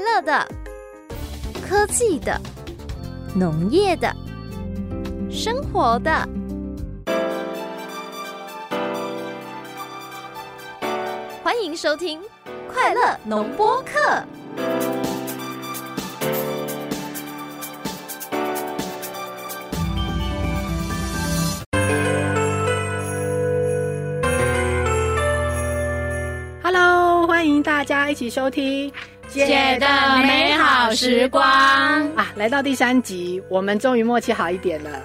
乐的、科技的、农业的、生活的。欢迎收听《快乐农播课》。 Hello，欢迎大家一起收听《姐的美好时光啊！来到第三集，我们终于默契好一点了。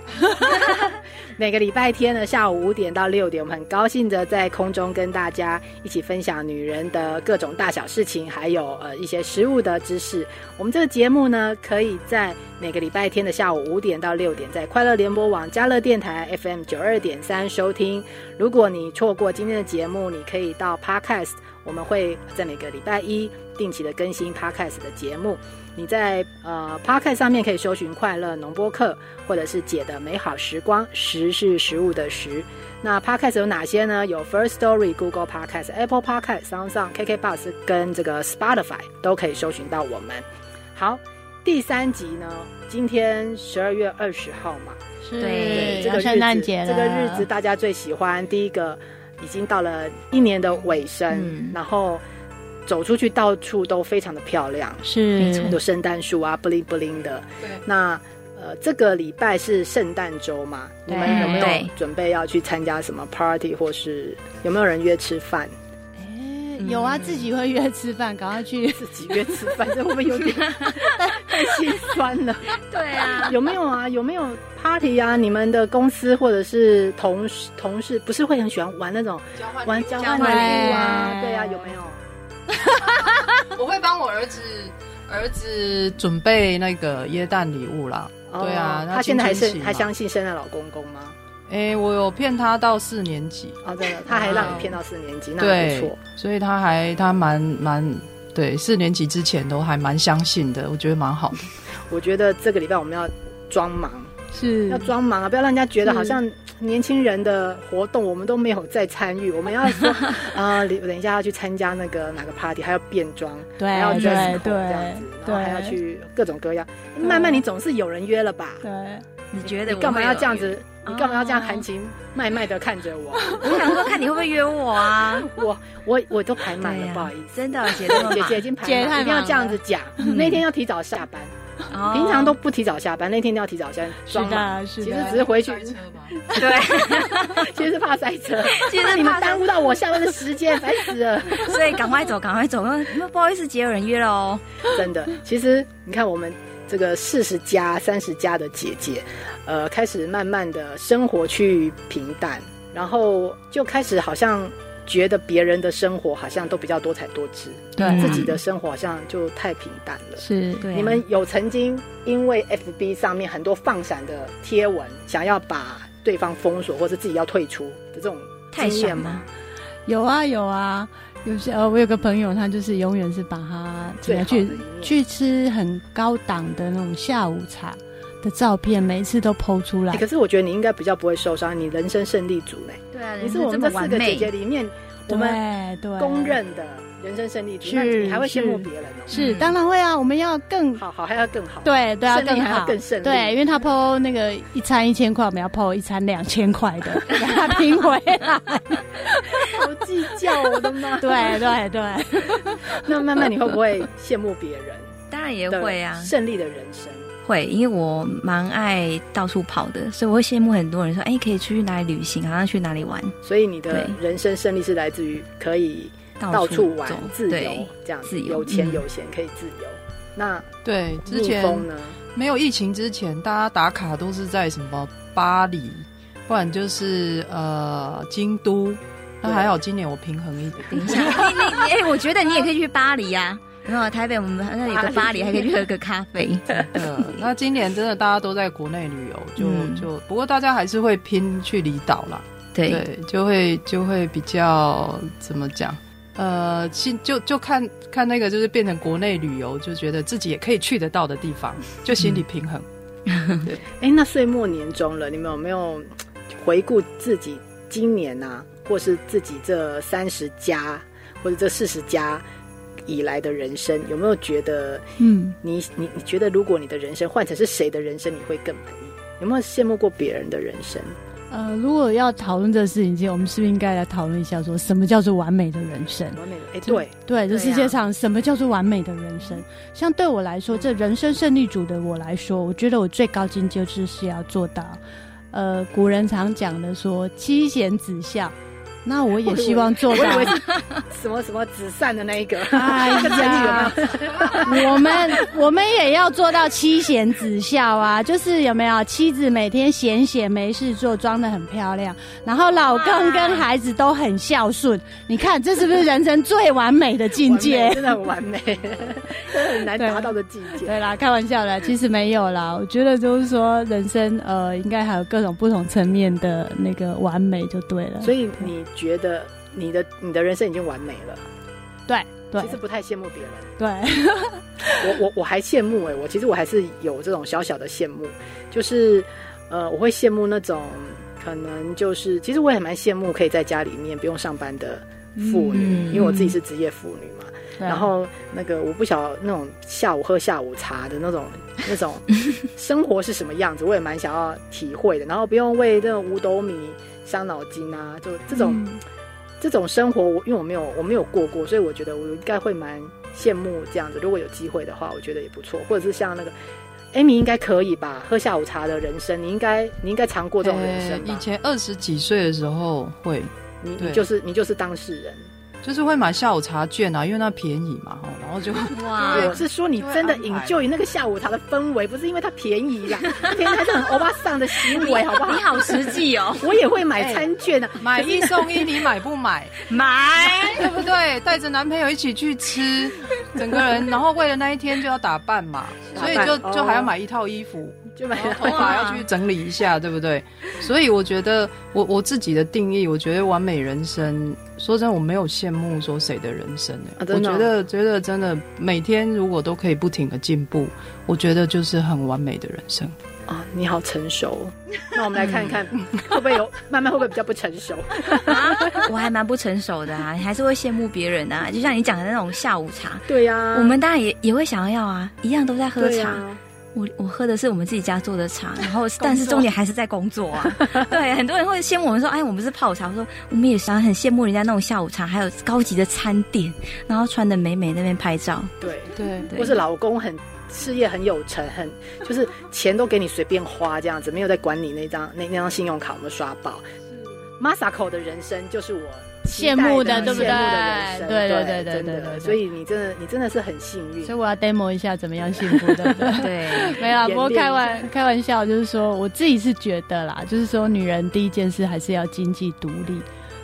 每个礼拜天的下午五点到六点，我们很高兴的在空中跟大家一起分享女人的各种大小事情，还有呃一些食物的知识。我们这个节目呢，可以在每个礼拜天的下午五点到六点，在快乐联播网、加乐电台 FM 九二点三收听。如果你错过今天的节目，你可以到 Podcast，我们会在每个礼拜一定期的更新 Podcast 的节目。你在呃 Podcast 上面可以搜寻“快乐农播课”或者是“姐的美好时光”，食是食物的食。那 Podcast 有哪些呢？有 First Story、Google Podcast、Apple Podcast、s o u n d o n KKBox 跟这个 Spotify 都可以搜寻到我们。好，第三集呢，今天十二月二十号嘛，是对，这要个圣诞节了，这个日子大家最喜欢。第一个，已经到了一年的尾声，嗯然后走出去到处都非常的漂亮，是嗯没错有圣诞树啊，布灵布灵的。对那呃，这个礼拜是圣诞周嘛，你对们有没有对准备要去参加什么 party，或是有没有人约吃饭？哎有啊，自己会约吃饭，赶快去。自己约吃饭，这会不会有 点太心酸了？对 啊，有没有啊？有没有 party 啊？你们的公司或者是同事同事，不是会很喜欢玩那种交换啊玩交换礼礼物物啊？啊对啊，有没有？我会帮我儿子儿子准备那个耶诞礼物啦。哦对啊那他现在还青春是期嘛还相信圣诞老公公吗？诶，我有骗他到四年级，哦，真的，他还让你骗到四年级，那还对不错。所以他还他蛮蛮对四年级之前都还蛮相信的，我觉得蛮好的。我觉得这个礼拜我们要装忙，是要装忙啊，不要让人家觉得是好像年轻人的活动我们都没有在参与。我们要 说啊，你等一下要去参加那个哪个 party，还要变装，对还要 dress 对 code 这样对子，然对，后还要去各种各样。哎慢慢你总是有人约了吧？对，你觉得你我干嘛会要有这样？子？我你干嘛要这样哦含情脉脉的看着我？ 我想说看你会不会约 我啊？我我我都排满对了，呀不好意思。真的姐 这么姐忙姐已经排姐满了，太一定要忙这样了嗯子讲。那天要提早下班，哦平常都不提早下班，那天一定要提早下班。是装忙，的，是其的。实只是回去，开车吧 对，啊 其实是怕塞 车，其实那你们怕耽误到我下班的时 间，烦死了。所以赶快走，赶快走。那不好意思，姐有人约了哦。真的，其实你看我们这个四十加、三十加的姐姐，呃，开始慢慢的生活趋于平淡，然后就开始好像觉得别人的生活好像都比较多彩多姿，对嗯自己的生活好像就太平淡了。是对啊你们有曾经因为 FB 上面很多放闪的贴文，想要把对方封锁或是自己要退出的这种太经验闪了吗？，有啊有啊，有些呃，我有个朋友，他就是永远是把他怎最么好样的一去面去吃很高档的那种下午茶的照片，每一次都剖出来欸可。是我觉得你应该比较不会受伤，你人生胜利组呢？对啊，你人是生我这们么这完四个姐美姐，里面我们对对公认的人生胜利组，是那你还会羡慕是别人哦？是当然会啊，我们要更好好还要更好，，对对啊胜利更还要好更胜利，对，因为他剖那个一餐一千块，我们要剖一餐两千块的， 给他拼回来。 好计较，我的 妈！对 对对，那慢慢你会不会羡慕别人当然也的会啊，胜利的人生？会，因为我蛮爱到处跑的，所以我会羡慕很多人说，哎，可以出去哪里旅行，好像去哪里玩，所以你的对人生胜利是来自于可以到到处走玩、自由对，这样子自由有钱嗯有闲可以自由。那对，之逆前风呢？没有疫情之前，大家打卡都是在什么巴黎，不然就是呃京都。那还好，今年我平衡一点。等一下， 你你你，哎，我觉得你也可以去巴黎呀。没有啊台北，我们那里有个巴黎，还可以去喝个咖啡。 嗯，那今年真的大家都在国内旅游，就、嗯就不过大家还是会拼去离岛啦，对，对，就会就会比较怎么讲？呃，其就就看看那个，就是变成国内旅游，就觉得自己也可以去得到的地方，就心理平衡。哎，那岁末年终了，你们有没有嗯回顾自己今年啊，或是自己这三十加，或者这四十加，以来的人生，有没有觉得嗯，你你你觉得如果你的人生换成是谁的人生，你会更满意？有没有羡慕过别人的人生？呃，如果要讨论这个事情，我们是不是应该来讨论一下，说什么叫做完美的嗯人生？完美的哎，对，对，这对世啊界上什么叫做完美的人生？像对我来说，这人生胜利组的我来说，我觉得我最高境界就是要做到，呃，古人常讲的说“妻贤子孝”，那我也希望做我到。以为是什么什么纸扇的那一个， 哎 这个成语有没有呀，我们我们也要做到妻贤子孝啊，就是有没有妻子每天闲闲没事做，装的很漂亮，然后老公跟孩子都很孝顺。你看，这是不是人生最完美的境完美界？真的很完美， 真的很难达到的境界。对啦，开玩笑啦，其实没有啦。我觉得就是说，人生呃，应该还有各种不同层面的那个完美就对了。所以你觉得你的你的人生已经完美了？对对其实不太羡慕别人。对，我我我还羡慕哎、我其实我还是有这种小小的羡慕，就是呃，我会羡慕那种可能就是，其实我也蛮羡慕可以在家里面不用上班的妇女，嗯因为我自己是职业妇女嘛。对然后那个我不晓得那种下午喝下午茶的那种那 种生活是什么样子，我也蛮想要体会的。然后不用为这种五斗米伤脑筋啊，就这种、嗯这种生活，我因为我没有我没有过过，所以我觉得我应该会蛮羡慕这样子。如果有机会的话，我觉得也不错。或者是像那个 Amy 应该可以吧，喝下午茶的人生，你应该你应该尝过这种人生呃吧？以前二十几岁的时候会，你对你就是你就是当事人。就是会买下午茶券啊，因为那便宜嘛，哦然后就哇对我是说，你真的就会引安排咎于那个下午茶的氛围，不是因为它便宜啦，便宜它是很欧巴桑的行为，好不好你？好实际哦， 我也会买餐券啊， 买一送 一，你买不买？买对不对？带着男朋友一起去吃，整个人，然后为了那一天就要打扮嘛，打所扮以就哦就还要买一套 衣服，就买然后头发要去整理一下，对不对？所以我觉得我我自己的定义，我觉得完美人生，说真的，我没有羡慕说谁的人生、欸啊我真的哦觉得觉得真的每天如果都可以不停的进步，我觉得就是很完美的人生。啊！你好成熟，那我们来看看会不会有慢慢会不会比较不成熟？啊！我还蛮不成熟的啊，你还是会羡慕别人啊，就像你讲的那种下午茶。对啊呀、我们当然也也会想要啊，一样都在喝对啊茶。呀，我我喝的是我们自己家做的茶，然后但是重点还是在工作 啊。对，很多人会羡慕我们说，哎，我们是泡茶。我说我们也想很羡慕人家那种下午茶，还有高级的餐点，然后穿的美美那边拍照。对，对，对或是老公很事业很有成，很就是钱都给你随便花这样子，没有在管你那张那那张信用卡有没有刷爆。Masako 的人生就是我期待羡慕的的，对不羡对慕的人生对对对对对真的对对对所以你真的你真的是很幸运所以。我要 demo 一下怎么样幸福，对不 对？对，没有啊，不演过练开一玩开玩笑，就是说我自己是觉得啦，就是说女人第一件事还是要经济独立。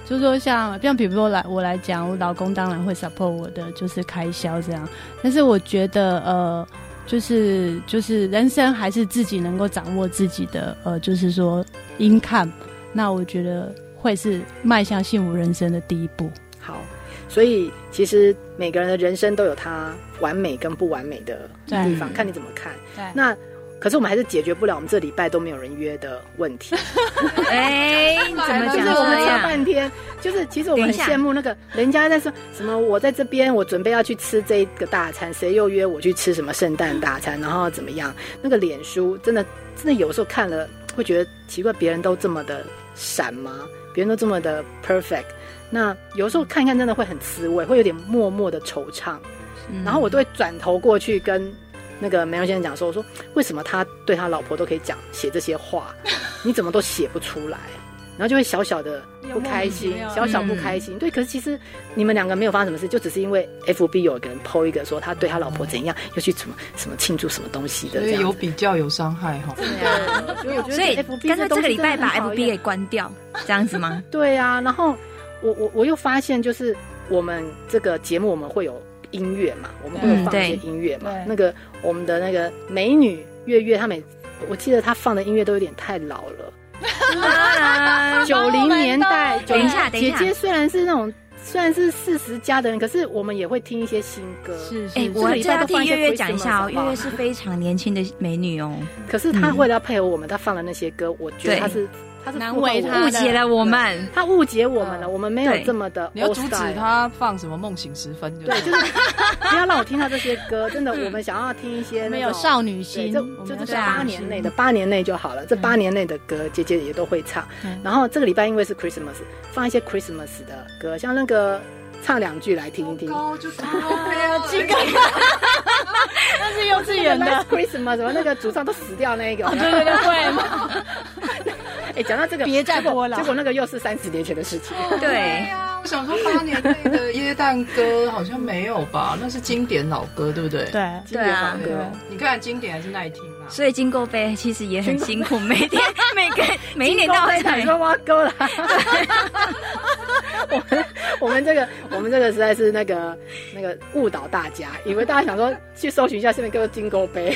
就是说像像比如说来我来讲，我老公当然会 support 我的，就是开销这样。但是我觉得呃，就是就是人生还是自己能够掌握自己的呃，就是说 income。那我觉得会是迈向幸福人生的第一步。好，所以其实每个人的人生都有他完美跟不完美的对地方，看你怎么看。对那可是我们还是解决不了我们这礼拜都没有人约的问题。 哎， 你怎么就讲是我们这扯样？半天，就是其实我们很羡慕那个人家在说什么，我在这边我准备要去吃这个大餐，谁又约我去吃什么圣诞大餐，然后怎么样？那个脸书真的真的有时候看了会觉得奇怪，别人都这么的闪吗？别人都这么的 perfect？那有时候看看真的会很刺味，会有点默默的惆怅。嗯然后我都会转头过去跟那个梅荣先生讲说：“我说为什么他对他老婆都可以讲写这些 话，你怎么都写不出来？”然后就会小小的不开心有啊莫名其妙，小小不开嗯心。对，可是其实你们两个没有发生什么事，就只是因为 F B 有一个人 PO 一个说他对他老婆怎样，又去什么什么庆祝什么东西的所这以样有子。比较有伤害哈。所以我觉得所以 FB 干脆东这西个礼拜真的把很讨 FB 厌给关掉，这样子 吗？ 对啊，然后我我我又发现，就是我们这个节目我们会有音乐嘛，我们会有放一些嗯音乐嘛。对那个我们的那个美女月月，她每我记得她放的音乐都有点太老了，啊九零年代。等一下， 90等一姐下，姐虽然是那种虽然是四十加的人，可是我们也会听一些新歌。是是，哎、是嗯这我个礼这拜要都替放一些月月讲一下哦， Christmas 好不月好月是非常年轻的美女哦。 可是她为了要配合我们，她放了那些歌，我觉得她是她他是难附和为我他误们解了我们。他误解我们了，嗯我们没有对这么的。你要阻止，他放什么梦醒时分就对，是就是不要让我听到这些歌。真的，嗯我们想要听一些我那们有种少女对，心，这我们就是有这少女八年心内的，八年内就好了。这嗯八年内的歌，姐姐也都会唱嗯。然后这个礼拜因为是 Christmas，放一些 Christmas 的歌，像那个唱两句来听一哎听。高 就高，这个那是幼稚园的， Last Christmas 什么那个主唱都死掉那一个， 对对对，会吗？哎，讲到这个，别再结果播了啊结果那个又是三十年前的事 情。对，我想说八年内的耶诞歌好像没有 吧？那是经典老歌，对不对？， 哎对，对啊经典老歌你看经典还是耐听啊。所以金钩杯其实也很辛苦，每天每个每一年到会晚想说挖沟了。 我们我们这个我们这个实在是那个那个误导大家，以为大家想说去搜寻一下，下面叫做金钩杯。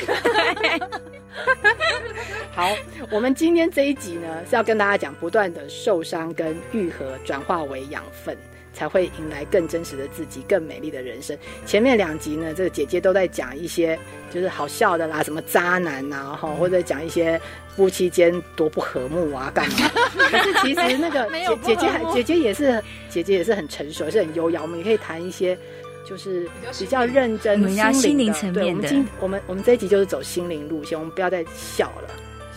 好，我们今天这一集呢是要跟大家讲，不断的受伤跟愈合，转化为养分。才会迎来更真实的自己，更美丽的人生。前面两集呢，这个姐姐都在讲一些就是好笑的啦，什么渣男呐、啊，哈，或者讲一些夫妻间多不和睦啊，干 嘛？可是其实那个没有姐姐姐不和睦姐姐也是姐姐也是很成熟，也是很优雅。我们也可以谈一些就是比较比心较灵认真我们要心灵的层对，我面们的今我们我们这一集就是走心灵路线，我们不要再笑了。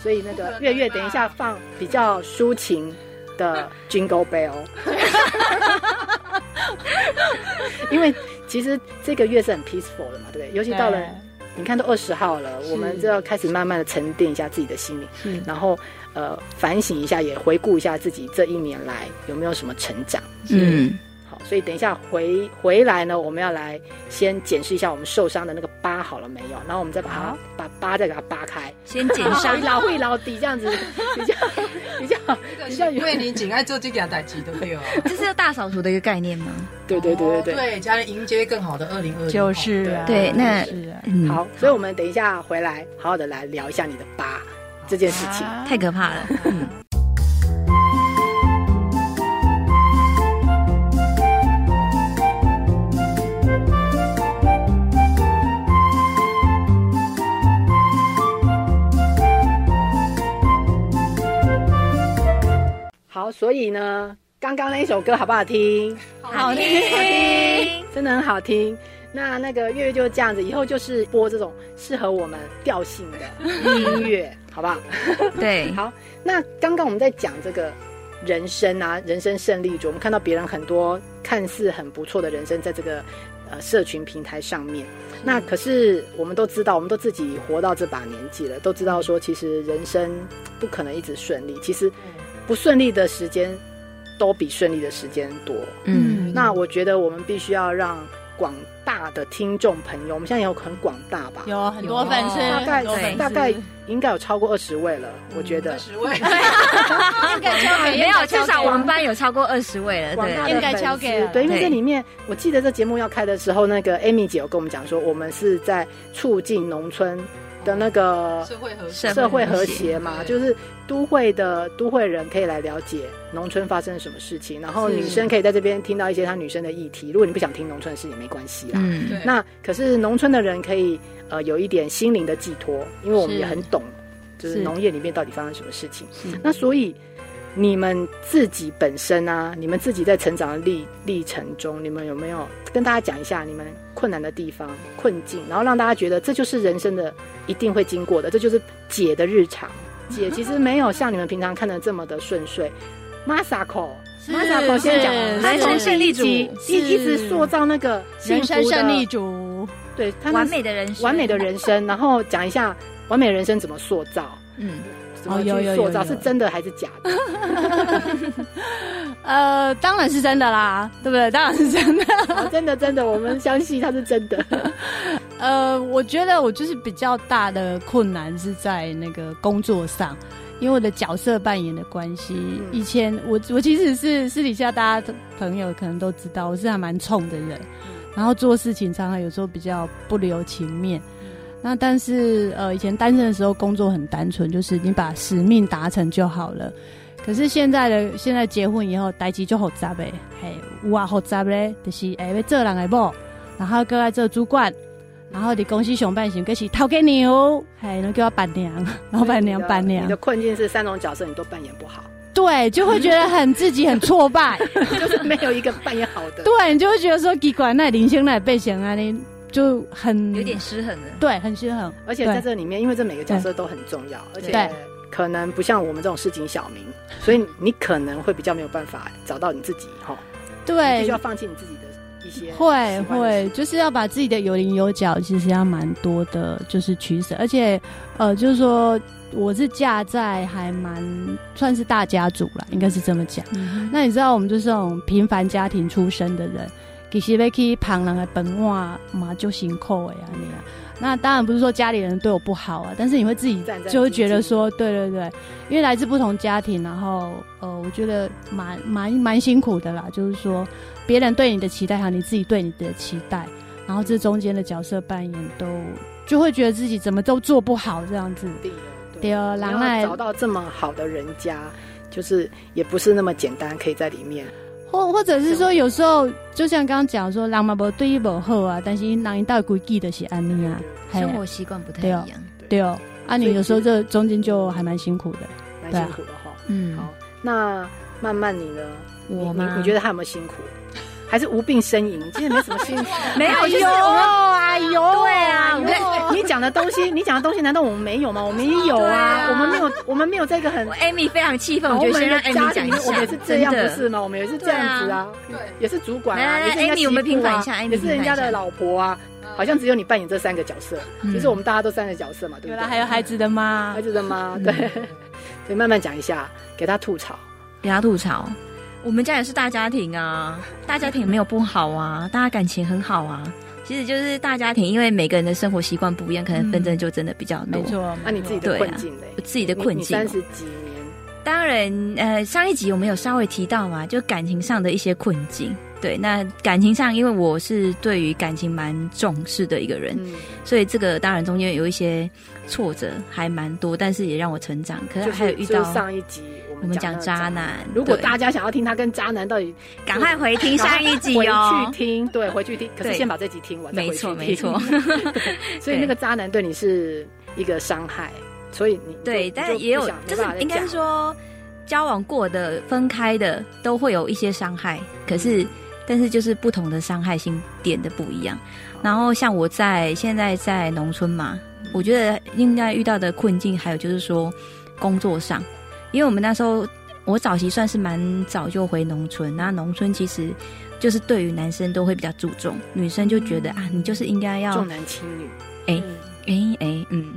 所以那不可个能月月，吧等一下放比较抒情 的 Jingle Bell。因为其实这个月是很 peaceful 的嘛，对不对？尤其到了你看都二十号了，我们就要开始慢慢的沉淀一下自己的心灵，是然后呃反省一下，也回顾一下自己这一年来有没有什么成长。嗯，好，所以等一下回回来呢，我们要来先检视一下我们受伤的那个疤好了没有，然后我们再把它好把疤再给它扒开，先减伤，哦老会老底这样子 比较比较，这个因为你仅爱做这件代志，对不对啊？这是大扫除的一个概念吗？ 对对对哦对对。对，才能迎接更好的二零二零。就是啊对那就是啊嗯，好，所以我们等一下回来，好好的来聊一下你的疤这件事情。啊太可怕了。嗯，好，所以呢，刚刚那一首歌好不好听？嗯好听，真的很好听。那那个月月就是这样子，以后就是播这种适合我们调性的音乐，好不好？对，好，那刚刚我们在讲这个人生啊，人生胜利组，我们看到别人很多看似很不错的人生，在这个呃社群平台上面。那可是我们都知道，我们都自己活到这把年纪了，都知道说，其实人生不可能一直顺利，其哦实不顺利的时间都比顺利的时间多。嗯，那我觉得我们必须要让广大的听众朋友，我们现在有很广大吧？有很多有粉丝，大很多粉概丝大概应该有超过二十位了，我觉得二。十 位，应该交给没有，至少我王们班有超过二十位了，广大呃对嗯的应该交给粉丝对，因为对这里面，我记得这节目要开的时候，那个 Amy 姐有跟我们讲说，我们是在促进农村的那个社会和社谐，社会和和谐谐嘛，对就是都会的都会人可以来了解农村发生了什么事情，然后是女生可以在这边听到一些她女生的议题。如果你不想听农村的事也没关系啦。嗯对那可是农村的人可以呃有一点心灵的寄托，因为我们是也很懂，就是是农业里面到底发生什么事情。是那所以你们自己本身啊，你们自己在成长的历历程中，你们有没有跟大家讲一下你们困难的地方、困境，然后让大家觉得这就是人生的一定会经过的，这就是姐的日 常。姐其实没有像你们平常看的这么的顺 遂。Masako，是 Masako 先讲，是她从人生胜利第一集一一组直是塑造那个人幸生福的胜利，组，对，她那完美的人生，完美的人生，然后讲一下完美的人生怎么塑造，嗯，怎么哦有去有塑有造，有是真的还是假的？呃，当然是真的啦，对不对？当然是真的。哦真的真的，我们相信它是真的。呃，我觉得我就是比较大的困难是在那个工作上，因为我的角色扮演的关系。以前我我其实是私底下大家的朋友可能都知道，我是还蛮冲的人，然后做事情常常有时候比较不留情面。那但是呃，以前单身的时候工作很单纯，就是你把使命达成就好了。可是现在的现在结婚以后，代志就好杂呗，嘿，有啊好杂嘞，就是哎要做人的某，然后过来做主管，然后你公司上班时，可是头家 牛，嘿，能叫我板娘，老板娘板你的娘 困境是三种角色你都扮演不好，对，就会觉得很自己很挫败，就是没有一个扮演好的。 对你就会觉得说，奇怪，那林星那被嫌啊，你就很有点失衡了。对，很失衡。而且在这里面，因为这每个角色都很重要，而且对可能不像我们这种市井小民，所以你可能会比较没有办法找到你自己哈，你必须对要，放弃你自己的一些会喜欢的会事，就是要把自己的有棱有角，其实要蛮多的，就是取舍。而且，呃，就是说我是嫁在还蛮算是大家族了，应该是这么讲。嗯那你知道我们就是这种平凡家庭出身的人，其实要去旁人的本话嘛就辛苦的呀、你啊。那当然不是说家里人对我不好啊，但是你会自己战战就会兢觉得兢说，对对对，因为来自不同家庭，然后呃，我觉得蛮蛮蛮辛苦的啦，就是说别人对你的期待，还有你自己对你的期待，然后这中间的角色扮演都就会觉得自己怎么都做不好这样子。定了对哦，你然后要找到这么好的人家，就是也不是那么简单，可以在里面。或或者是说，有时候就像刚刚讲说，人嘛无对伊无好啊，但是人一到规矩的是安尼啊，哎嘿生活习惯不太对一哦样。对哦，所啊，你以有时候这中间就还蛮辛苦的。蛮对辛啊苦的哈。嗯好，那慢慢你呢？你我你吗？你觉得他有没有辛苦？还是无病呻吟？其实没什么辛苦。 没有？就哎呦是我们哎呦，对啊哎呦你看你讲的东西，你讲的东西，难道我们没有吗？我们也有对啊，啊我们没有，我们没有在一个很我 Amy 非常气愤，我豪觉门得先让的 Amy 家讲庭里面，一下。我们也是这样，真不的是吗？我们也是这样子啊，对，也是主管啊，来来也是人家来，Amy，我们媳妇啊平反一下，Amy，也是人家的老婆啊，好像只有你扮演这三个角色。嗯其实我们大家都三个角色嘛，对有不了，对？还有孩子的妈孩，子的妈，嗯对， 所以慢慢讲一下，给他吐槽。给他吐槽。我们家也是大家庭啊，大家庭没有不好啊，大家感情很好啊。其实就是大家庭，因为每个人的生活习惯不一样，可能纷争就真的比较多。没错。那你自己没错的对啊困境嘞？我自己的困你境哦、三十几年，当然，呃，上一集我们有稍微提到嘛，就感情上的一些困境。对，那感情上，因为我是对于感情蛮重视的一个人，嗯，所以这个当然中间有一些挫折还蛮多，但是也让我成长。可嗯是就是还有遇就到是上一集我我们们讲讲到渣，男，如果对大家想要听他跟渣男到底赶快回 听上一集回去哦。听，对，回去听。可是对先把这集听完，再没回去错，听。，没错。所以那个渣男对你是一个伤害，所以你对，你就但也有你就不想，就是应该是，说交往过的、分开的都会有一些伤害，可是嗯但是就是不同的伤害性点的不一样。然后像我在现在在农村嘛，嗯我觉得应该遇到的困境还有就是说工作上，因为我们那时候我早期算是蛮早就回农村，那农村其实。就是对于男生都会比较注重，女生就觉得啊，你就是应该不想要嗯重男轻女。哎哎哎，嗯，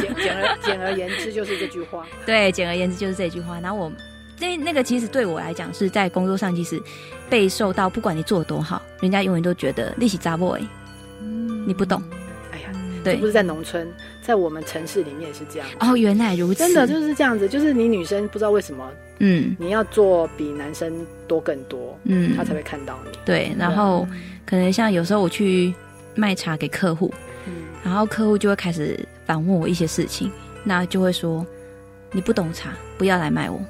简简而简而言之就是这句话，对，简而言之就是这句话。然后我那那个其实对我来讲是在工作上，其实备受到不管你做的多好，人家永远都觉得利息砸 boy，你不懂。哎呀，对不是在农村，在我们城市里面也是这样。哦，原来如此，真的就是这样子，就是你女生不知道为什么嗯你要做比男生多更多，嗯他，才会啊看到你。对。然后可能像有时候我去卖茶给客户，嗯，然后客户就会开始反问我一些事情，那就会说你不懂茶，不要来买我。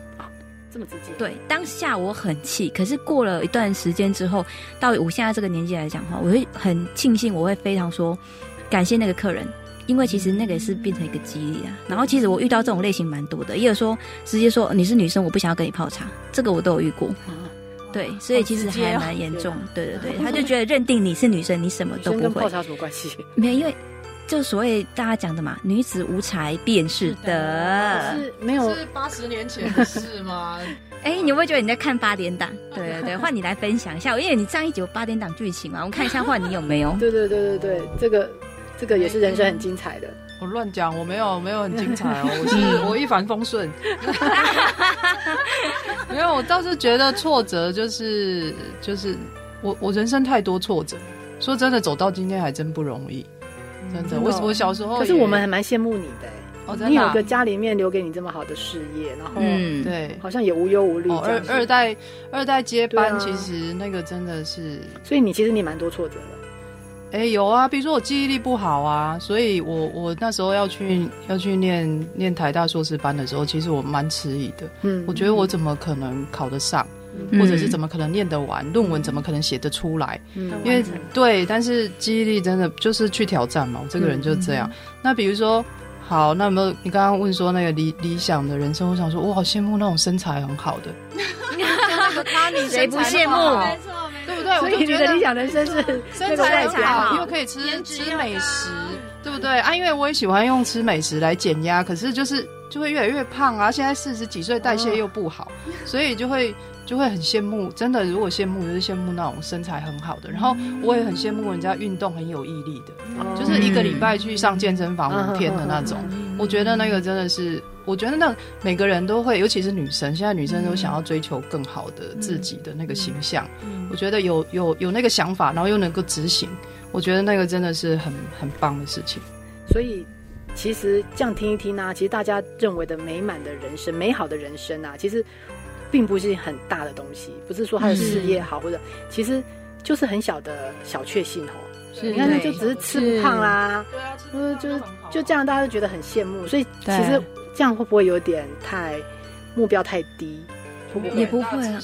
这么直接。对，当下我很气，可是过了一段时间之后，到我现在这个年纪来讲哈，我会很庆幸，我会非常说感谢那个客人，因为其实那个也是变成一个激励啊。然后其实我遇到这种类型蛮多的，也有说直接说哦你是女生，我不想要跟你泡茶，这个我都有遇过。啊对，所以其哦实还蛮严重好直。对对对，他就觉得认定你是女生，你什么女都生不跟泡会。茶有什么关系？没有，因为就所谓大家讲的嘛，女子无才便是是的呃德。是没有？是八十年前的事吗？哎、你会不会觉得你在看八点 档？对对对，换你来分享一下，因为你上一集有八点档剧情啊 嘛，我们看一下换你有没有对对对对对，这个这个也是人生很精彩的。我乱讲，我没有没有很精彩哦，我嗯是我一帆 风顺。没有，我倒是觉得挫折就是就是我我人生太多挫折，说真的，走到今天还真不容易，真的。真的我哦我小时候也，可是我们还蛮羡慕你的欸、哦，你真的有啊、个家里面留给你这么好的事业，然后嗯，对。好像也无忧无虑哦，这二样子二代二代接班，对其啊实那个真的是，所以你其实你蛮多挫折的。哎、有啊，比如说我记忆力不好啊，所以我我那时候要去要去念念台大硕士班的时候，其实我蛮迟疑的，嗯我觉得我怎么可能考得上，嗯或者是怎么可能念得完，论文怎么可能写得出来？嗯因为完成嗯对，但是记忆力真的就是去挑战嘛，我这个人就是这样。那比如说。好，那有没有你刚刚问说那个理理想的人生？我想说，我好羡慕那种身材很好的，他你谁不羡好慕？错，没对不对？所我以就你觉的得理想人生是身材材好好，又可以吃颜值啊又吃高美食，对不对啊？因为我也喜欢用吃美食来减压，可是就是就会越来越胖啊。现在四十几岁，代谢又不好，所以就会就会很羡慕。真的，如果羡慕，就是羡慕那种身材很好的。然后我也很羡慕人家运动很有毅力的，啊哦就是一个礼拜去上健身房五天的那种。我觉得那个真的是，我觉得那每个人都会，尤其是女生，现在女生都想要追求更好的自己的那个形象。嗯我觉得有有有那个想法，然后又能够执行，我觉得那个真的是很很棒的事情。所以其实这样听一听呢、啊其实大家认为的美满的人生、美好的人生啊，其实并不是很大的东西，不是说他的事业好或者，嗯其实就是很小的小确幸哦。是你看，那对就只是吃不胖啦，对啊，嗯，就是就这样，大家都觉得很羡慕。所以对其实这样会不会有点太目标太低？会不也会？不会啊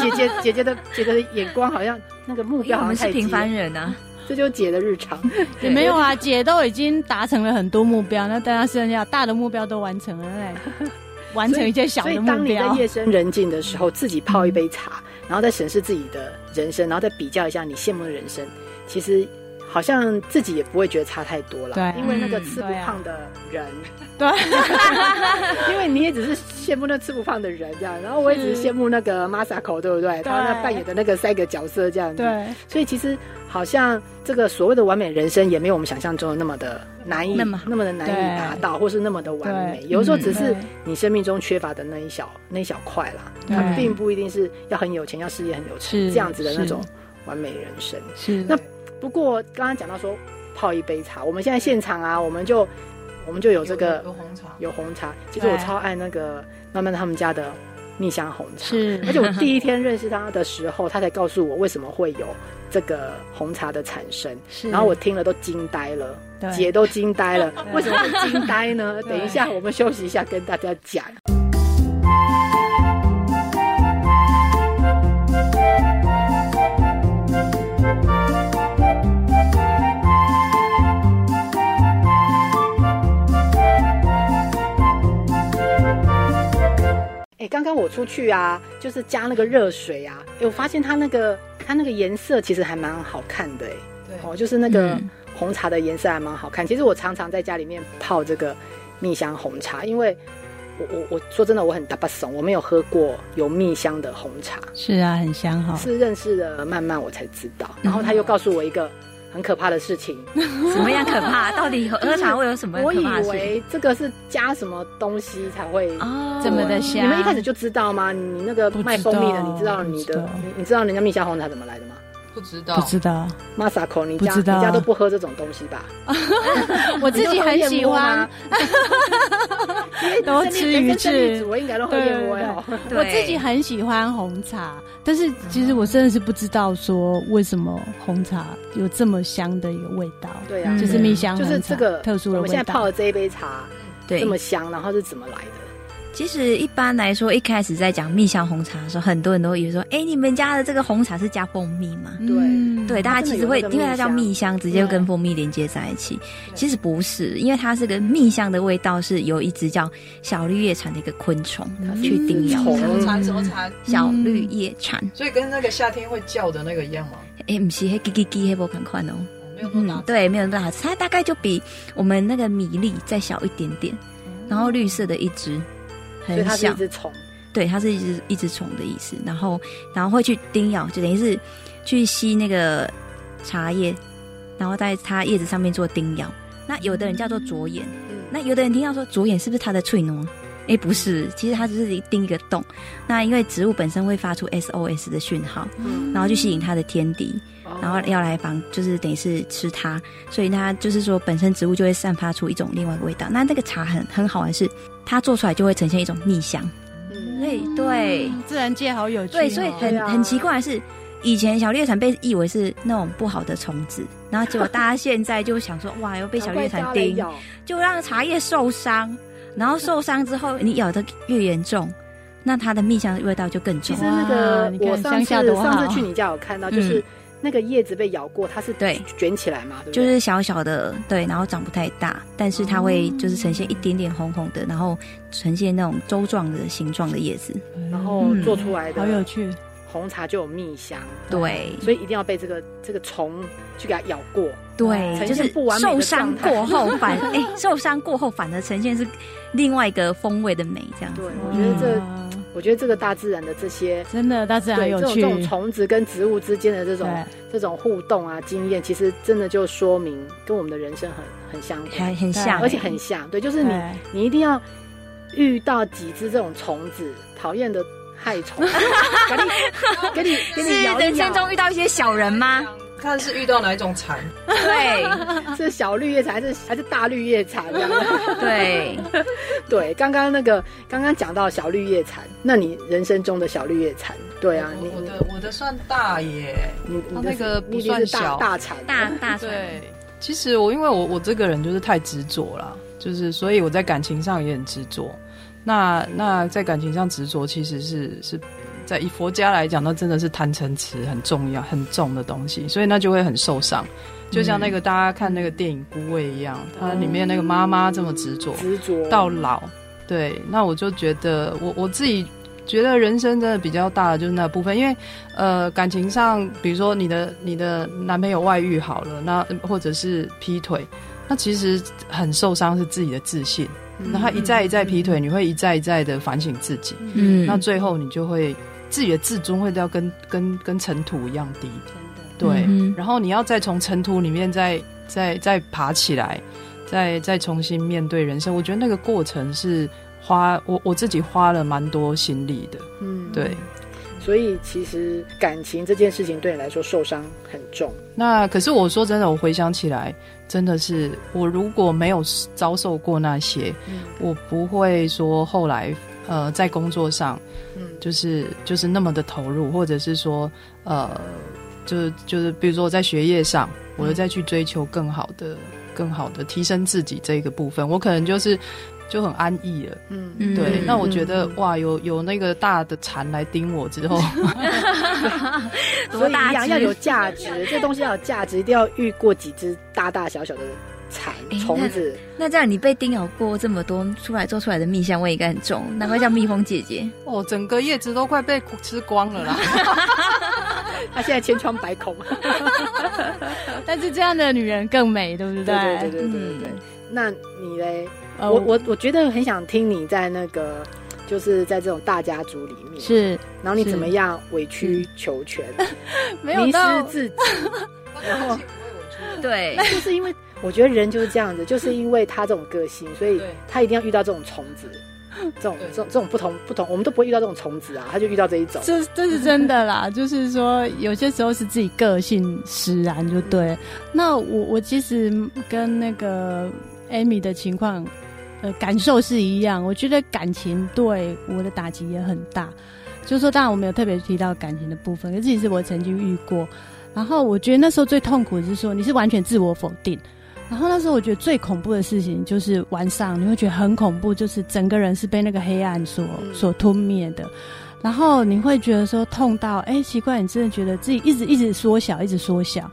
姐姐姐姐的姐姐的眼光好像那个目因为标我好像们是太低平凡了，人啊，这就是姐的日常。也没有啊，姐都已经达成了很多目标，那大家剩下大的目标都完成了，那来 完成一些小所以的目当你在标。嗯夜深人静的时候，自己泡一杯茶，然后再审视自己的人生，然后再比较一下你羡慕的人生，其实好像自己也不会觉得差太多了。对因为那个嗯吃不对啊胖的人，对， 因为你也只是羡慕那吃不胖的人这样，然后我也嗯只是羡慕那个 Masako，对不对？他那扮演的那个三个角色这样子。对，所以其实好像这个所谓的完美人生，也没有我们想象中的那么的难以那么好那么的难以达到，或是那么的完美。对有的时候嗯只是对你生命中缺乏的那一小那一小块啦，对它并不一定是要很有钱、要事业很有成是这样子的那是种完美人生。是那不过刚刚讲到说泡一杯茶，我们现在现场啊，我们就我们就有这个有红茶，有红茶，其实我对超爱那个慢慢他们家的蜜香红茶，是而且我第一天认识他的时候，他才告诉我为什么会有这个红茶的产生，是然后我听了都惊呆了，对姐都惊呆了， 对为什么会惊呆呢？对等一下我们休息一下跟大家讲。哎，刚刚我出去啊，就是加那个热水啊，哎，我发现它那个它那个颜色其实还蛮好看的，哎，对哦，就是那个嗯红茶的颜色还蛮好看。其实我常常在家里面泡这个蜜香红茶，因为我我我说真的，我很大巴怂，我没有喝过有蜜香的红茶，是啊，很香哦哈。是认识了慢慢我才知道。嗯然后他又告诉我一个很可怕的事情，什么样可 怕？到底喝喝茶会有什么我嗯可以怕的事？为这个是加什么东西才会。哦这么的你香们一开始就知道吗？你那个卖蜂蜜的，你知道你不知的道，你你知道人家蜜香红茶怎么来的吗不知不哦道知道， ？Masako，你家不知道啊你家都不喝这种东西吧？ 我自己很喜啊欢，都 生吃理人鱼生生理翅组，我应该都喝燕窝哦。对我自己很喜欢红茶，但是其实我真的是不知道说为什么红茶有这么香的一个味道，对啊，就是蜜香就红茶是这个特殊的我们现味在泡道。的这一杯茶对这么香，然后是怎么来的？其实一般来说，一开始在讲蜜香红茶的时候，很多人都以为说：“哎、你们家的这个红茶是加蜂蜜吗？”嗯对，大家其实会它真的有那个因为它叫蜜蜜香，直接跟蜂蜜连接在一起。其实不是，因为它是跟蜜香的味道是由一只叫小绿叶蝉的一个昆虫嗯它是去叮咬虫它。茶什么茶？小绿叶嗯蝉，所以跟那个夏天会叫的那个一样吗？哎、不是黑叽叽叽黑波看款哦，我没有那么嗯大，，对，没有那么大，它大概就比我们那个米粒再小一点点，然后绿色的一只，嗯所以很它是一小，只虫，对，它是一只一只虫的意思，然后然后会去叮咬，就等于是去吸那个茶叶，然后在它叶子上面做叮咬。那有的人叫做着眼，嗯，那有的人听到说着眼是不是它的翠挪？哎，不是，其实它只是叮一个洞。那因为植物本身会发出 SOS 的讯号，嗯然后去吸引它的天敌，哦然后要来防，就是等于是吃它，所以它就是说本身植物就会散发出一种另外一个味道。那这个茶很很好玩是，它做出来就会呈现一种蜜香。嗯对对嗯自然界好有趣哦，对，所以对很、啊很奇怪的是，以前小绿叶蝉被译为是那种不好的虫子，然后结果大家现在就想说，哇，又被小绿叶难蝉怪大家叮，咬就让茶叶受伤，然后受伤之后，你咬得越严重，那它的蜜香的味道就更其实。重那个啊哇你看我上乡下次多好嗯上次去你家有看到，就是那个叶子被咬过，它是对卷起来嘛，对不对？就是小小的，对，然后长不太大，但是它会哦就是呈现一点点红红的，然后呈现那种粥状的形状的叶子。然后做出来嗯好有的趣，红茶就有蜜香，嗯对所以一定要被这个这个虫去给它咬过，呈对，就现是不完美的受伤状态过后 反哎、受伤过后反而呈现是另外一个风味的美，这样对子。，我觉得这、哇我觉得这个大自然的这些。真的嗯大自然对，有这种趣这，种虫子跟植物之间的这种对，这种互动啊经验，其实真的就说明跟我们的人生很很相还关，很像、而且很像。对，就是你对你一定要遇到几只这种虫子，讨厌的害虫，给你给你给你是咬人一生咬，中遇到一些小人吗？ 看是遇到哪一种蚕，对是小绿叶蝉还是还是大绿叶蝉？这样 对，对，刚刚那个刚刚讲到小绿叶蝉，那你人生中的小绿叶蝉，对啊，你我我的我的算大耶。你你它的那个你不一定算是大小，大蝉，大大船对，其实我因为我我这个人就是太执着啦，就是所以我在感情上也很执着。那那在感情上执着，其实是是在以佛家来讲，那真的是贪嗔痴很重要很重的东西，所以那就会很受伤。就像那个大家看那个电影《孤味》一样，它里面那个妈妈这么执着，执着到老，对，那我就觉得我我自己觉得人生真的比较大的就是那部分，因为呃感情上，比如说你的你的男朋友外遇好了，那或者是劈腿，那其实很受伤是自己的自信，那他一再一再劈腿，你会一再一再的反省自己，嗯，那最后你就会自己的自尊会掉跟跟跟尘土一样低，对，嗯哼然后你要再从尘土里面再再再爬起来，再再重新面对人生。我觉得那个过程是花我我自己花了蛮多心力的，嗯对。所以其实感情这件事情对你来说受伤很重，那可是我说真的，我回想起来，真的是我如果没有遭受过那些，嗯我不会说后来呃在工作上嗯，就是就是那么的投入，或者是说呃，就是就是比如说我在学业上，我又再去追求更好的、更好的提升自己这个部分，我可能就是就很安逸了。嗯，嗯对，那我觉嗯得哇，有有那个大的蝉来叮我之 后，所多以大一样要只有价值， 这东西要有价值，一定要遇过几只大大小小的蚕哎虫子，那这样你被叮咬过这么多，出来做出来的蜜香味应该很重，难怪叫蜜蜂 姐姐。哦，整个叶子都快被吃光了 啦。它啊现在千疮百孔。但是这样的女人更美，对不对对对对对对对对嗯。那你嘞？呃我我我觉得很想听你在那个，就是在这种大家族里面，，是然后你是怎么样委曲求全，没有迷失到自己， 然啊后对，就是因为我觉得人就是这样子，就是因为他这种个性，所以对他一定要遇到这种虫子，这种对这种这种不同不同，我们都不会遇到这种虫子啊，他就遇到这一种。这这是真的啦， 就是说有些时候是自己个性使然就对了。那我我其实跟那个 Amy 的情况，呃，感受是一样。我觉得感情对我的打击也很大，就是说当然我没有特别提到感情的部分，可是其实我曾经遇过。然后我觉得那时候最痛苦的是说你是完全自我否定。然后那时候我觉得最恐怖的事情就是晚上你会觉得很恐怖，就是整个人是被那个黑暗所嗯所吞灭的。然后你会觉得说痛到，哎、奇怪，你真的觉得自己一直一直缩小，一直缩小。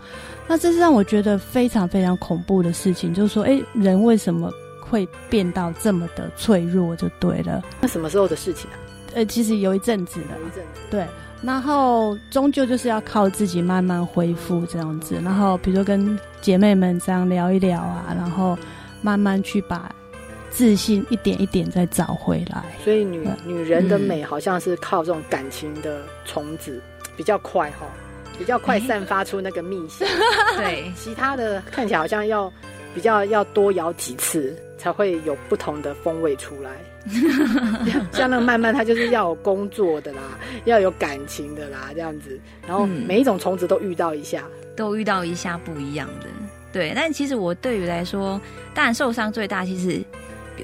那这是让我觉得非常非常恐怖的事情，就是说，哎、人为什么会变到这么的脆弱，就对了。那什么时候的事情啊？呃，其实有一阵子了有，一阵子，对，然后终究就是要靠自己慢慢恢复这样子。然后比如说跟姐妹们这样聊一聊啊，然后慢慢去把自信一点一点再找回来。所以女对女人的美好像是靠这种感情的虫子比较快哈，比较快哎散发出那个蜜香，对，其他的看起来好像要比较要多摇几次才会有不同的风味出来。像那个慢慢，它就是要有工作的啦，要有感情的啦，这样子，然后嗯每一种虫子都遇到一下，都遇到一下不一样的。对，但其实我对于来说，当然受伤最大，其实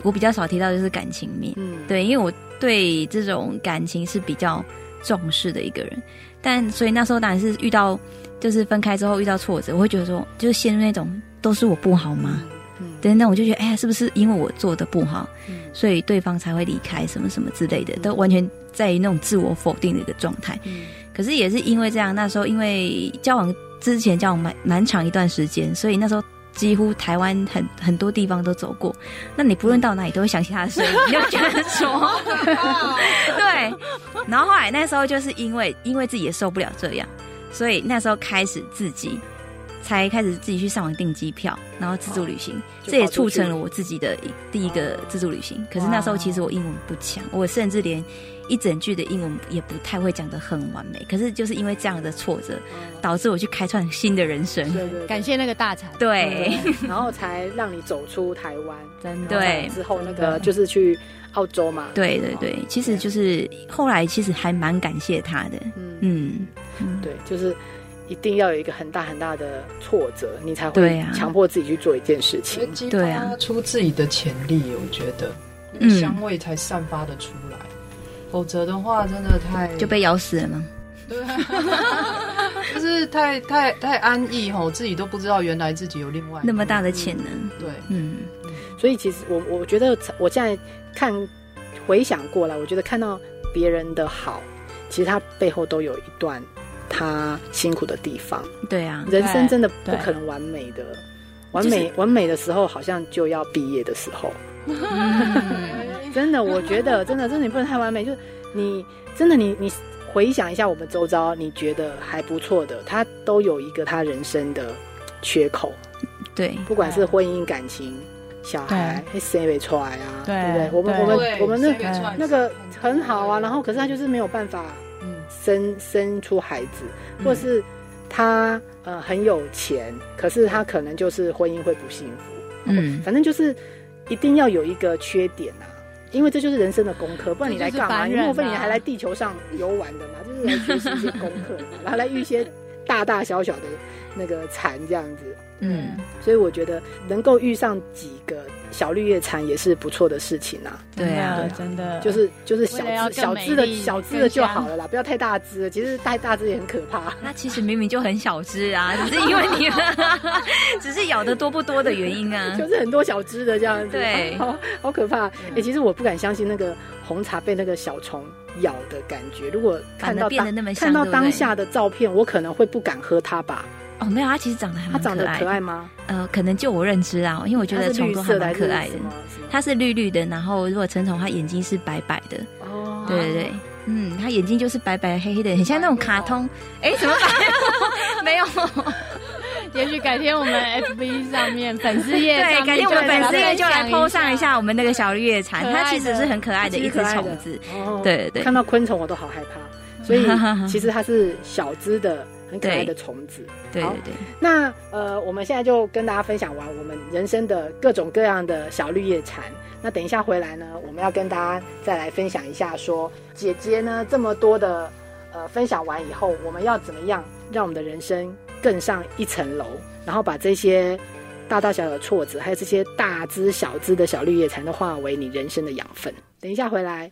我比较少提到就是感情面。嗯，对，因为我对这种感情是比较重视的一个人，但所以那时候当然是遇到就是分开之后遇到挫折，我会觉得说，就是陷入那种都是我不好吗？嗯，对，那我就觉得，哎呀，是不是因为我做的不好，嗯，所以对方才会离开什么什么之类的，都完全在于那种自我否定的一个状态。嗯可是也是因为这样，那时候因为交往之前交往蛮蛮长一段时间，所以那时候几乎台湾很很多地方都走过。那你不论到哪里都会想起他的声音，你就觉得说， 对。然后后来那时候就是因为因为自己也受不了这样，所以那时候开始自己才开始自己去上网订机票，然后自助旅行，哦就这也跑出促去哦成了我自己的一第一个自助旅行。可是那时候其实我英文不强，我甚至连一整句的英文也不太会讲得很完美。可是就是因为这样的挫折，导致我去开创新的人生。对对，感谢那个大财，对，对，然后才让你走出台湾。真的对之后那个 就是去澳洲嘛。对对对，其实就是后来其实还蛮感谢他的，嗯，嗯，对，就是一定要有一个很大很大的挫折，你才对会啊强迫自己去做一件事所以情。激对啊发出自己的潜力，我觉得，嗯香味才散发的出来，否则的话真的太就被咬死了吗？对啊，就是太太太安逸吼，自己都不知道原来自己有另嗯外一那么大面的潜能，对，嗯，所以其实我我觉得我现在看回想过来，我觉得看到别人的好，其实他背后都有一段他辛苦的地方。对啊，人生真的不嗯对可能完美的。完美、完美的时候，好像就要毕业的时候。真的，我觉得真的，真的你不能太完美。就是你真的你你回想一下我们周遭，你觉得还不错的，他都有一个他人生的缺口，对，不管是婚姻、感情、小孩，谁没出来啊？对不对？我们对我们对我们那生源出来那个是很好啊，多的嗯然后可是他就是没有办法嗯生生出孩子，嗯或是他呃很有钱，可是他可能就是婚姻会不幸福。嗯反正就是一定要有一个缺点啊，因为这就是人生的功课，不然你来干嘛？这就是凡你人啊莫非你还来地球上游玩 的嘛？就是来学习一些功课，然后来遇一些大大小小的那个蝉这样子。嗯，所以我觉得能够遇上几个小绿叶蝉也是不错的事情啊，对啊，真的就是就是小为了要只更小只美的丽小只更的就香好了啦，不要太大只了，其实太大只也很可怕。 那其实明明就很小只啊， 只是因为你，只是咬的多不多的原因 啊就，是很多小只的这样子，对 嗯好好可怕。哎、其实我不敢相信那个红茶被那个小虫咬的感觉。如果看反到而变当得那么看香，到对不当对下的照片，我可能会不敢喝它吧。哦，没有，它其实长得还它蛮长可得爱可的，爱吗？呃，可能就我认知啊，因为我觉它得是绿虫都还色的蛮还是可爱的什，么什么它是绿绿的，然后如果成虫，它眼睛是白白的，哦，对对对，嗯，它眼睛就是白白黑黑的，很像那种卡通。哎，怎么白？没有，也许改天 我们 FB 上面粉丝页上对，面改天我们粉丝页就来 PO 剖上一。下我们那个小绿叶蝉，可爱的它其实是很可爱的其一实只可爱的虫子。哦，对对看对，到昆虫我都好害怕。 所以其实它是小只的，很可爱的虫子。对好对对，那呃，我们现在就跟大家分享完我们人生的各种各样的小绿叶蝉。那等一下回来呢，我们要跟大家再来分享一下说，姐姐呢这么多的呃分享完以后，我们要怎么样让我们的人生更上一层楼，然后把这些大大小小的挫折，还有这些大枝小枝的小绿叶蝉，都化为你人生的养分。等一下回来。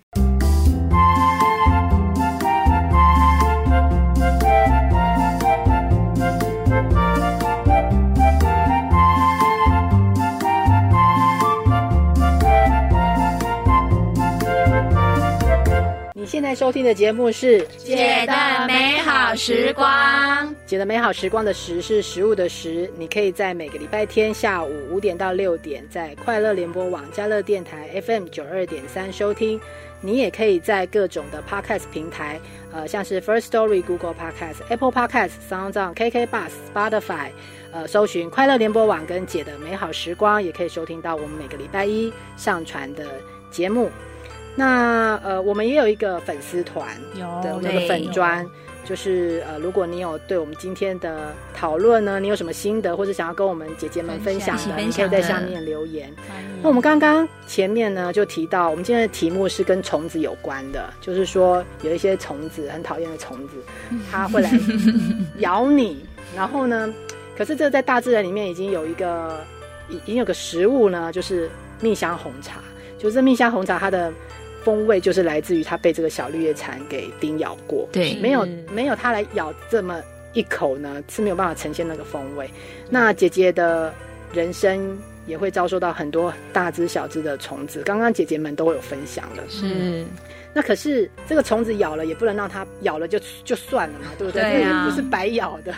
你现在收听的节目是《姐的美好时光，姐的美好时光的时是食物的食，你可以在每个礼拜天下午五点到六点，在快乐联播网、加乐电台 FM 九二点三收听。你也可以在各种的 Podcast 平台，呃，像是 First Story、Google Podcast、Apple Podcast、SoundOn、KK Bus、Spotify，呃，搜寻快乐联播网跟姐的美好时光，也可以收听到我们每个礼拜一上传的节目。那呃，我们也有一个粉丝团，有对，我们哦对有个粉砖，就是呃，如果你有对我们今天的讨论呢，你有什么心得，或者想要跟我们姐姐们分享一起的，分你可以享在的下面留言。欢迎那我们刚刚前面呢就提到，我们今天的题目是跟虫子有关的，就是说有一些虫子很讨厌的虫子，它会来咬你，然后呢，可是这在大自然里面已经有一个已已经有个食物呢，就是蜜香红茶，就是这蜜香红茶它的风味就是来自于它被这个小绿叶蝉给叮咬过，对没有嗯没有它来咬这么一口呢是没有办法呈现那个风味。那姐姐的人生也会遭受到很多大只小只的虫子。刚刚姐姐们都有分享了，是那可是这个虫子咬了也不能让它咬了就就算了嘛，对不对？对啊这个不是白咬 的。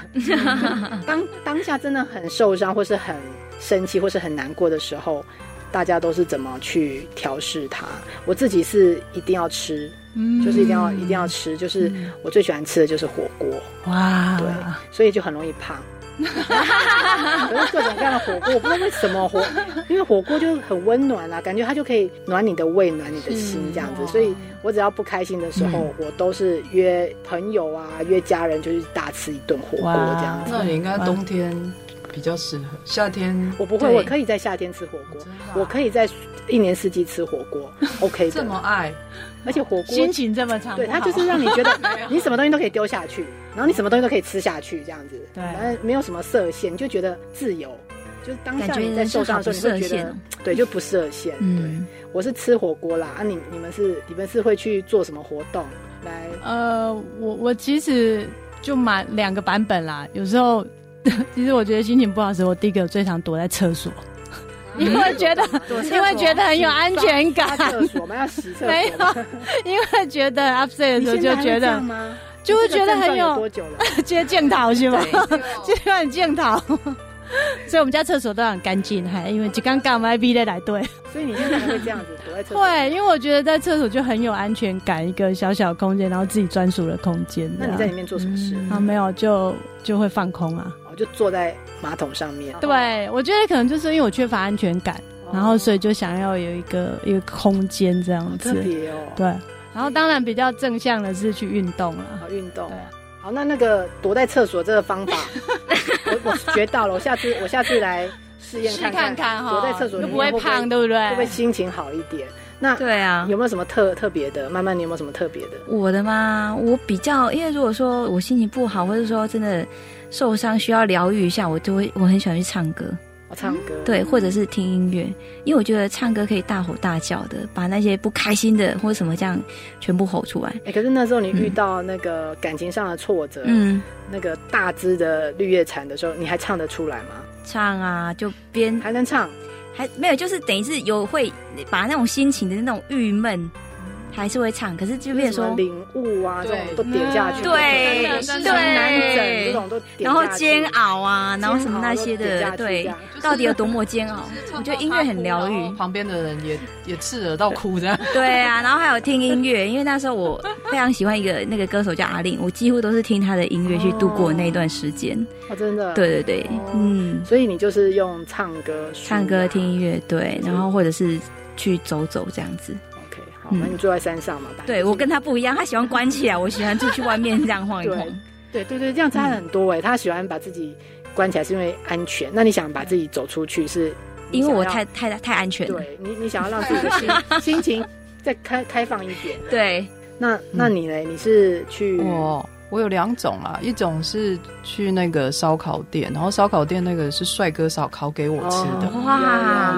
当当下真的很受伤，或是很生气，或是很难过的时候，大家都是怎么去调试它？我自己是一定要吃，嗯就是一定要、一定要吃，就是我最喜欢吃的就是火锅，嗯哇，对，啊所以就很容易胖。 可是各种各样的火锅，我不知道为什么火，因为火锅就很温暖啊，感觉它就可以暖你的胃，暖你的心嗯这样子。所以我只要不开心的时候，我都是约朋友啊，约家人，就是大吃一顿火锅这样子。那你应该冬天比较适合，夏天我不会，对我可以在夏天吃火锅真的啊，我可以在一年四季吃火 锅，OK 这的。么爱，而且火锅心情这 么长不对，好，它就是让你 觉得你什么东西都可以丢下去，然后你什么东西都可以吃下去，这样子，对反正没有什么设限，你就觉得自由。就是当下感觉你在受伤的时候，人你会生觉好不设限得哦对，就不设限。嗯，对，我是吃火锅啦，啊，你你们是你们是会去做什么活动来？ 呃，我我其实就买两个版本啦。有时候， 其实我觉得心情不好的时候，我第一个最常躲在厕所，你会觉得躲厕所因为觉得很有安全感刷，厕所，我们要洗厕所吗。没有，因为觉得 upset 的你时候现在就还觉这得样吗？就会这个觉得症很状有有多久了？接镜头是 吗？对就很镜头， 所以我们家厕所都很干净，还因为就刚刚 YB 在来对。所以你现在还会这样子躲在厕所？会，因为我觉得在厕所就很有安全感，一个小小空间，然后自己专属的空间。那你在里面做什么事？嗯啊，没有就就会放空啊。我就坐在马桶上面。对，我觉得可能就是因为我缺乏安全感，哦，然后所以就想要有一个一个空间这好样特子。别哦。对，然后当然比较正向的是去运动啦。好运动哦对。啊，好，那那个躲在厕所这个 方法，我我学到了，我下次我下次来试验看看，躲在厕所里又面不会会胖，会对不会不会对？心情好一点？那对啊，有没有什么特特别的？慢慢你有没有什么特别的？我的嘛，我比较，因为如果说我心情不好，或者说真的受伤需要疗愈一下，我就会我很喜欢去唱歌，我唱歌，嗯对，或者是听音乐，因为我觉得唱歌可以大吼大叫的，把那些不开心的或者什么这样全部吼出来。哎、可是那时候你遇到那个感情上的挫折，嗯，那个大只的绿叶蝉的时候，你还唱得出来吗？唱啊，就边还能唱？还没有，就是等于是有会把那种心情的那种郁闷，还是会唱，可是就变什成么说。领悟啊，这对种都点下去，嗯对心对难枕这种都点然后下去煎熬啊，然后什么那些煎熬的，都点对下去，这样到底有多么煎熬？就是我觉得音乐很疗然愈后。旁边的人也也刺耳到哭这样。对啊，然后还有听音乐，因为那时候我非常喜欢一个那个歌手叫阿令，我几乎都是听他的音乐去度过那一段时间。哦，真的，对对对，哦嗯，所以你就是用唱歌、唱歌、听音乐。乐，对，然后或者是去走走这样子。 OK，好，嗯那你坐在山上嘛？白对天我跟他不一样，他喜欢关起来，我喜欢出去外面这样晃一晃。对对对，这样差很多哎、他喜欢把自己关起来是因为安全，那你想把自己走出去是你因想为要？我太太太安全了。对你，你想要让自己的心心情再开开放一点。对，那那你呢？你是去 我我有两种啦，一种是去那个烧烤店，然后烧烤店那个是帅哥烧烤给我吃的。哦哇有有有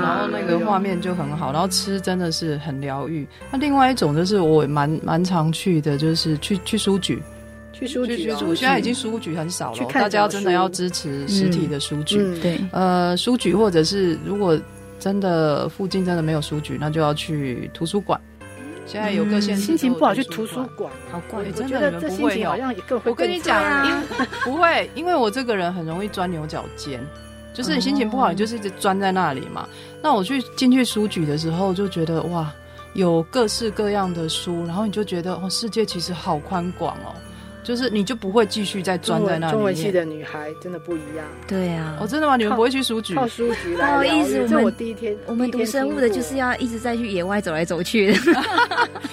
然后那个画面就很好，然后吃真的是很疗愈。那另外一种就是我也蛮蛮常去的，就是去去书局，去书去局去哦、书，现在已经书局很少去了，看大家小真的书要支持实体的书局。嗯，对，呃，书局或者是如果真的附近真的没有书局，那就要去图书馆。现在有各县嗯市心情不好去都有图书馆。馆。好怪我对觉真得的你们这不心会哦情好有像也更会我跟更你讲差，因为不会，因为我这个人很容易钻牛角尖，就是你心情不好，你就是一直钻在那里嘛。那我去进去书局的时候，就觉得哇，有各式各样的书，然后你就觉得哦，世界其实好宽广哦，就是你就不会继续再中钻在文那里面。中文系的女孩真的不一样，对啊哦，，真的吗？你们不会去书局？靠书局不来好疗愈。意思我这们我第一天，我们第一读天生听物的过就是要一直在去野外走来走去的。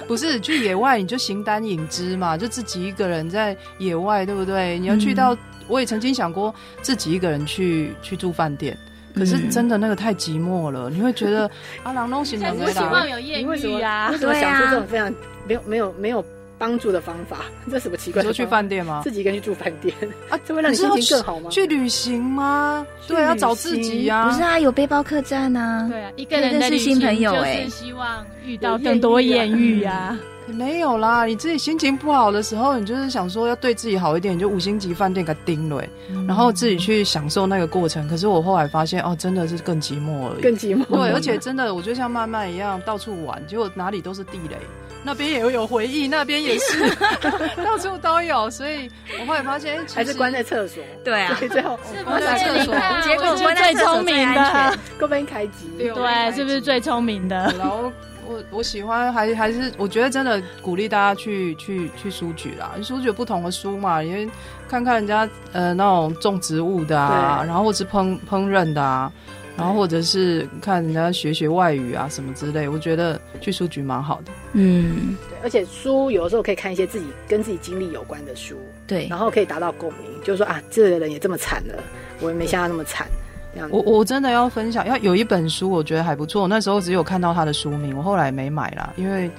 不是去野外你就形单影只嘛，就自己一个人在野外，对不对？你要去到，我也曾经想过自己一个人去去住饭店。可是嗯真的那个太寂寞了，你会觉得啊，狼东行才的不希望有艳你为什么遇啊为！什么对啊想出这种非常没有没有没有帮助的方法？ 这什么奇怪你的说方法？去饭 店吗？自己一个人去住饭店啊啊， 这会让你心可是情要更好吗？去旅行吗？去对，要啊旅找自己呀、不是啊，有背包客栈啊。嗯对啊，一个人的旅认识新行朋友就是欸希望遇到更多艳遇啊！也没有啦，你自己心情不好的时候，你就是想说要对自己好一点，你就五星级饭店给它订了欸、然后自己去享受那个过程。可是我后来发现，哦，真的是更寂寞而 已。更寂寞。对，而且真的，我就像曼曼一样到处玩，结果哪里都是地雷，那边也有回忆，那边也是， 到处都有。所以我后来发现，哎其还是实关在厕所，对啊所， 以最后是不是你看结果啊我关在最厕所聪最明安的全。，够被开机。对 哦对，是不是最聪明的？然后我我喜欢还还是我觉得真的鼓励大家去去去书局啦，书局有不同的书嘛，因为看看人家呃那种种植物的啊，对然后或是烹烹饪的啊，然后或者是看人家学学外语啊什么之类，我觉得去书局蛮好的。嗯，对而且书有的时候可以看一些自己跟自己经历有关的书，对然，后可以达到共鸣，就是说啊，这个人也这么惨了，我也没像他那么惨，这样子。我我真的要分享，要有一本书我觉得还不错，那时候只有看到它的书名，我后来没买啦，因为。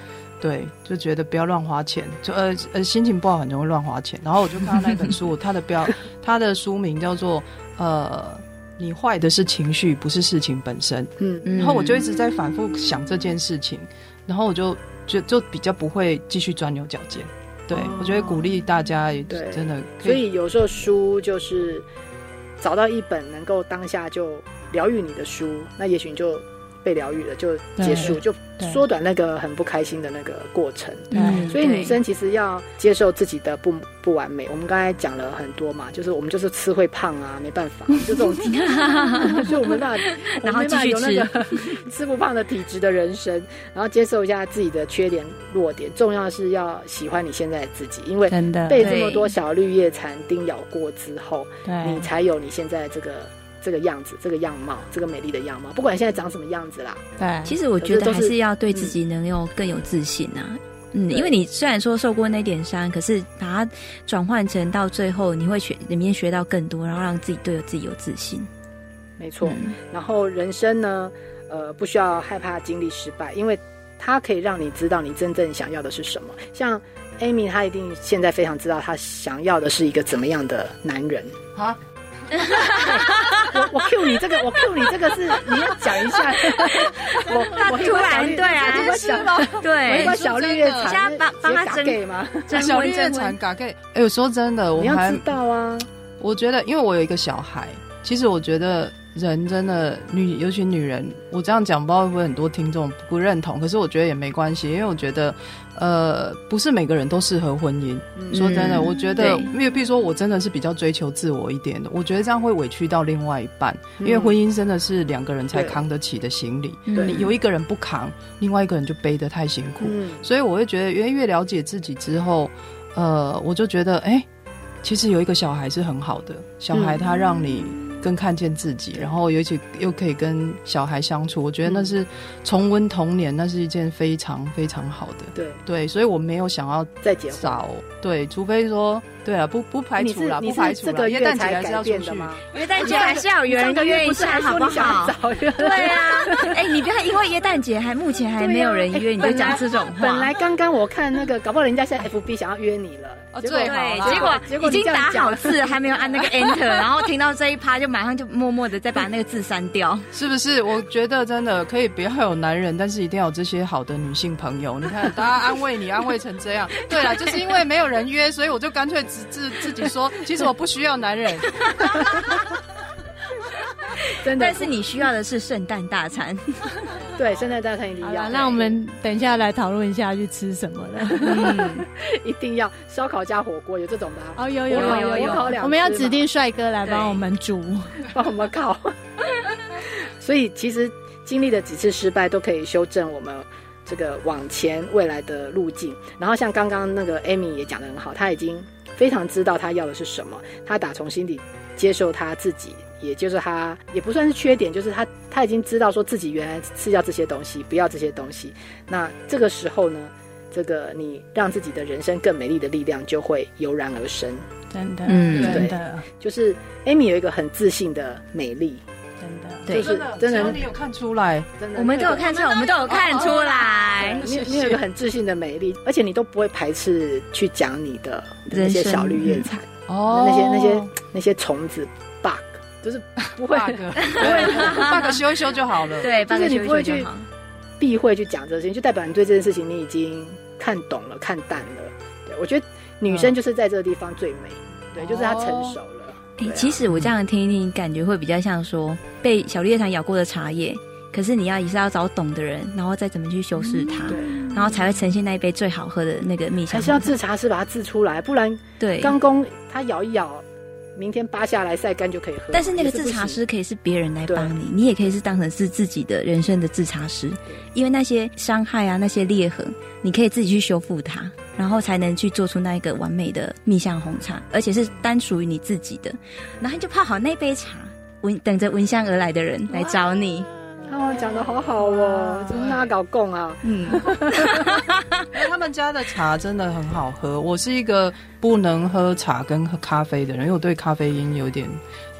对，就觉得不要乱花钱，就呃呃心情不好很容易乱花钱。然后我就看到那本书，它的标，它的书名叫做呃，你坏的是情绪，不是事情本身。嗯，然然后我就一直在反复想这件事情，然后我就就就比较不会继续钻牛角尖。对，我觉得鼓励大家也哦对真的可所以以嗯有时候书就是找到一本能够当下就疗愈你的书，那也许你就被疗愈了，就结束，就对缩短那个很不开心的那个过程。嗯所以女生其实要接受自己的不不完美。我们刚才讲了很多嘛，就是我们就是吃会胖啊，没 办法，就这种， 就我们那，我然们后没继办法续有那个 吃不胖的体质的人生，然后接受一下自己的缺点弱点。重要是要喜欢你现在的自己，因为真的，被对这么多小绿叶蝉叮咬过之后，你对才有你现在这个。这个样子，这个样貌，这个美丽的样貌，不管现在长什么样子啦，对，其实我觉得还是要对可是都是嗯自己能有更有自信啊。嗯，对因为你虽然说受过那点伤，可是把它转换成到最后，你会学里面学到更多，然后让自己对自己有自信。没嗯错。然后人生呢，呃，不需要害怕经历失败，因为它可以让你知道你真正想要的是什么。像 Amy，她一定现在非常知道她想要的是一个怎么样的男人。啊， 我我 Q 你这个，我 Q 你这个是你要讲一下。 我我突然对啊我想，我对一，般小绿叶我现在茶帮帮她争给吗？征小绿婚叶征蝉婚，嘎给。哎，我说真的，我你要还知道啊，我觉得，因为我有一个小孩，其实我觉得人真的女，尤其女人，我这样讲，不知道会不会很多听众不认同，可是我觉得也没关系，因为我觉得，呃，不是每个人都适合婚姻。嗯说真的，嗯我觉得，对因为比如说我真的是比较追求自我一点的，我觉得这样会委屈到另外一半，因为嗯婚姻真的是两个人才对扛得起的行李，嗯对你有一个人不扛，另外一个人就背得太辛苦。嗯，所以我会觉得，越越了解自己之后，呃，我就觉得，哎、其实有一个小孩是很好的，小孩嗯他让你更看见自己，然后尤其又可以跟小孩相处，我觉嗯得那是重温童年，那是一件非常非常好的。对，对，所以我没有想要再结婚。找对，除非说对啊，不不排你除是啦，你不是排除这啦，个元月旦节才还是改要出变的去。吗？元旦节还是要有人你上个月约一不是还下，好说你想好？找一个 对啊，哎，你不要因为耶诞节还目前还没有人约，你就讲这种话。啊本来刚刚我看那个，搞不好人家现在 FB 想要约你了，哦结果最好啦对，结果结果已你经这样打讲好字，还没有按那个 Enter，然后听到这一趴就马上就默默的再把那个字删掉。是不是？我觉得真的可以不要有男人，但是一定要有这些好的女性朋友。你看，大家安慰你，安慰成 这样。对了，就是因为没有人约，所以我就干脆自自自己说，其实我不需要男人。真的 但是你需要的是圣诞大 餐，对，现在大餐一定好要了，，那我们等一下来讨论一下去吃什么了。 一定要烧烤加火锅，有这种的啊， 哦，有有有有有有两我们要只嘛指定帅哥来帮我们煮。帮我们烤。 所以其实经历了几次失败，都可以修正我们这个往前未来的路径。然后像刚刚那个 Amy 也讲的很好，她已经非常知道她要的是什么，她打从心底接受她自己。也就是她也不算是缺点，就是她她已经知道说自己原来是要这些东西，不要这些东西。那这个时候呢，这个你让自己的人生更美丽的力量就会油然而生。真的，嗯真的，就是 Amy 有一个很自信的美丽，真的，对就是真只的要你有看出来，真的，我们都有看出来，我们都有看出来。你你有一个很自信的美丽，而且你都不会排斥去讲你的那些人生小绿叶菜，哦那些那些那些虫子 bug，就是不会 bug，对 bug 修一修就好了。对，哦就是你不会八个球球就去啊好避讳去讲这个事情，就代表你对这件事情你已经看懂了、看淡了。对我觉得女生就是在这个地方最美，对，就是她成熟了。哎、对啊其实我这样听一听，感觉会比较像说被小绿叶蝉咬过的茶叶。可是你要也是要找懂的人，然后再怎么去修饰它，嗯对，然后才会呈现那一杯最好喝的那个蜜还香红是茶。要制茶师把它制出来，不然对，刚公它咬一咬，明天扒下来晒干就可以喝。但是那个也不制茶行师可以是别人来帮你，你也可以是当成是自己的人生的制茶师，因为那些伤害啊，那些裂痕，你可以自己去修复它，然后才能去做出那一个完美的蜜香红茶，而且是单属于你自己的。然后你就泡好那杯茶，闻等着闻香而来的人来找你。哦，讲的好好哦，真的要搞共啊！嗯，因为他们家的茶真的很好喝。我是一个不能喝茶跟喝咖啡的人，因为我对咖啡因有点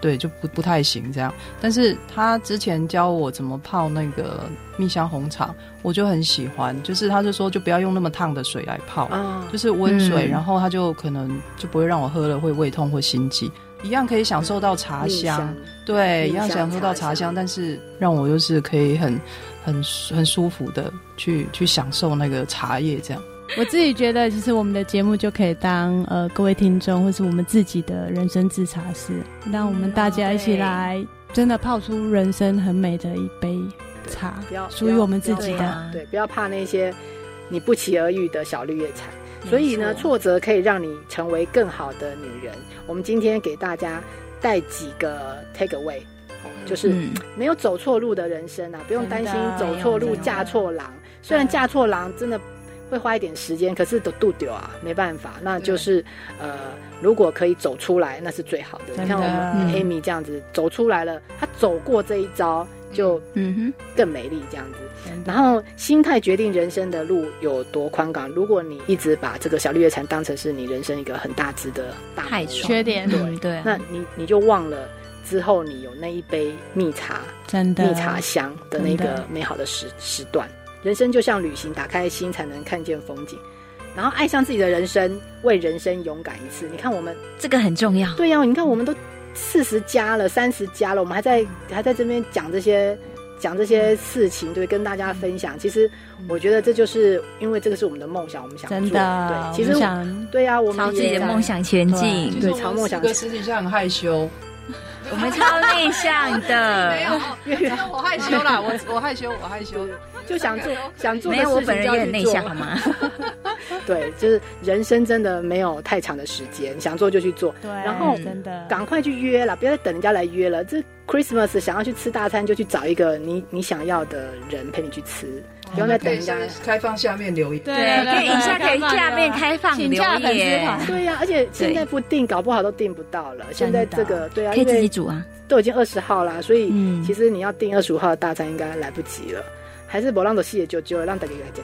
对就不不太行这样。但是他之前教我怎么泡那个蜜香红茶，我就很喜欢。就是他就说，就不要用那么烫的水来泡，啊，就是温水，嗯然后他就可能就不会让我喝了会胃痛或心悸，一样可以享受到茶蜜香。香对，蜜一样香享受到茶茶香香，但是让我就是可以很、很、很舒服的去去享受那个茶叶这样。我自己觉得，其实我们的节目就可以当呃各位听众或是我们自己的人生制茶师，让我们大家一起来真的泡出人生很美的一杯茶不要，属于我们自己不要的。啊对，不要怕那些你不期而遇的小绿叶菜。所以呢，没错挫折可以让你成为更好的女人。我们今天给大家带几个 take away，就是嗯，没有走错路的人生啊，不用担心真的走错没路有真的嫁错郎。虽然嫁错郎真的会花一点时间，可是都度丢啊，没办法。那就是呃，如果可以走出来，那是最好的。真的你看我们嗯 Amy 这样子走出来了，她走过这一招就嗯更美丽这样子。真的然后心态决定人生的路有多宽广。如果你一直把这个小绿叶蝉当成是你人生一个很大只的大魔哼，太王爽缺点了嗯对啊，那你你就忘了之后你有那一杯蜜茶。真的蜜茶香的那真个的美好的时时段。人生就像旅行，打开心才能看见风景。然后爱上自己的人生，为人生勇敢一次。你看我们，这个很重要。对呀、你看我们都四十加了，三十加了，我们还在还在这边讲这些讲这些事情，对，跟大家分享。其实我觉得这就是因为这个是我们的梦想，我们想做。真的，对，其实我想对呀、我朝们自己也的梦想前进其，对啊实我朝们梦四想个家私底下很害羞，嗯我们超内向 的。 没有，哦真的我害羞啦，我我害羞，我害羞对，就想做想做没的事情有，我本人也很就要去内做向，啊好吗？对，就是人生真的没有太长的时间，想做就去做。对，然后真的赶快去约了，不要再等人家来约了。这 Christmas 想要去吃大餐，就去找一个你你想要的人陪你去吃，不用再等人家。开放下面留 言。对，可以一下可以下面开放请留假粉丝言 团，对呀、而且现在不订，搞不好都订不到了。现在这个对啊，可以因自己为煮啊。都已经二十号啦，所以嗯其实你要订二十五号的大餐应该来不及了。还是不让走细也就就让大家来加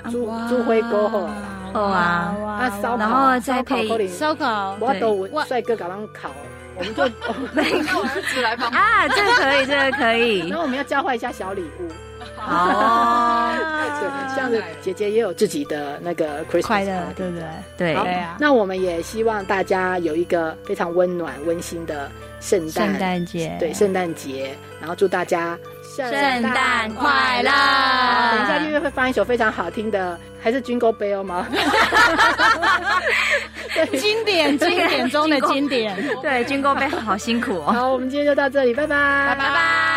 加，猪猪灰锅后啊，后啊啊烧烤，然后再配烧烤可能烧烤我都对帅哥搞咱烤，我 们就，我儿子来帮啊，这个可以，这个可以然。后我们要交换一下小礼物。好哦，对，这样子姐姐也有自己的那个 Christmas 快乐， party 对不对？对好，对啊那我们也希望大家有一个非常温暖、温馨的圣诞，圣诞节对圣诞节，然后祝大家圣圣诞快乐等一下六月会放一首非常好听的，还是《军歌悲哦》吗？经典经典中的经典。对，军哥妹好辛苦哦。好，我们今天就到这里，拜拜，拜拜拜。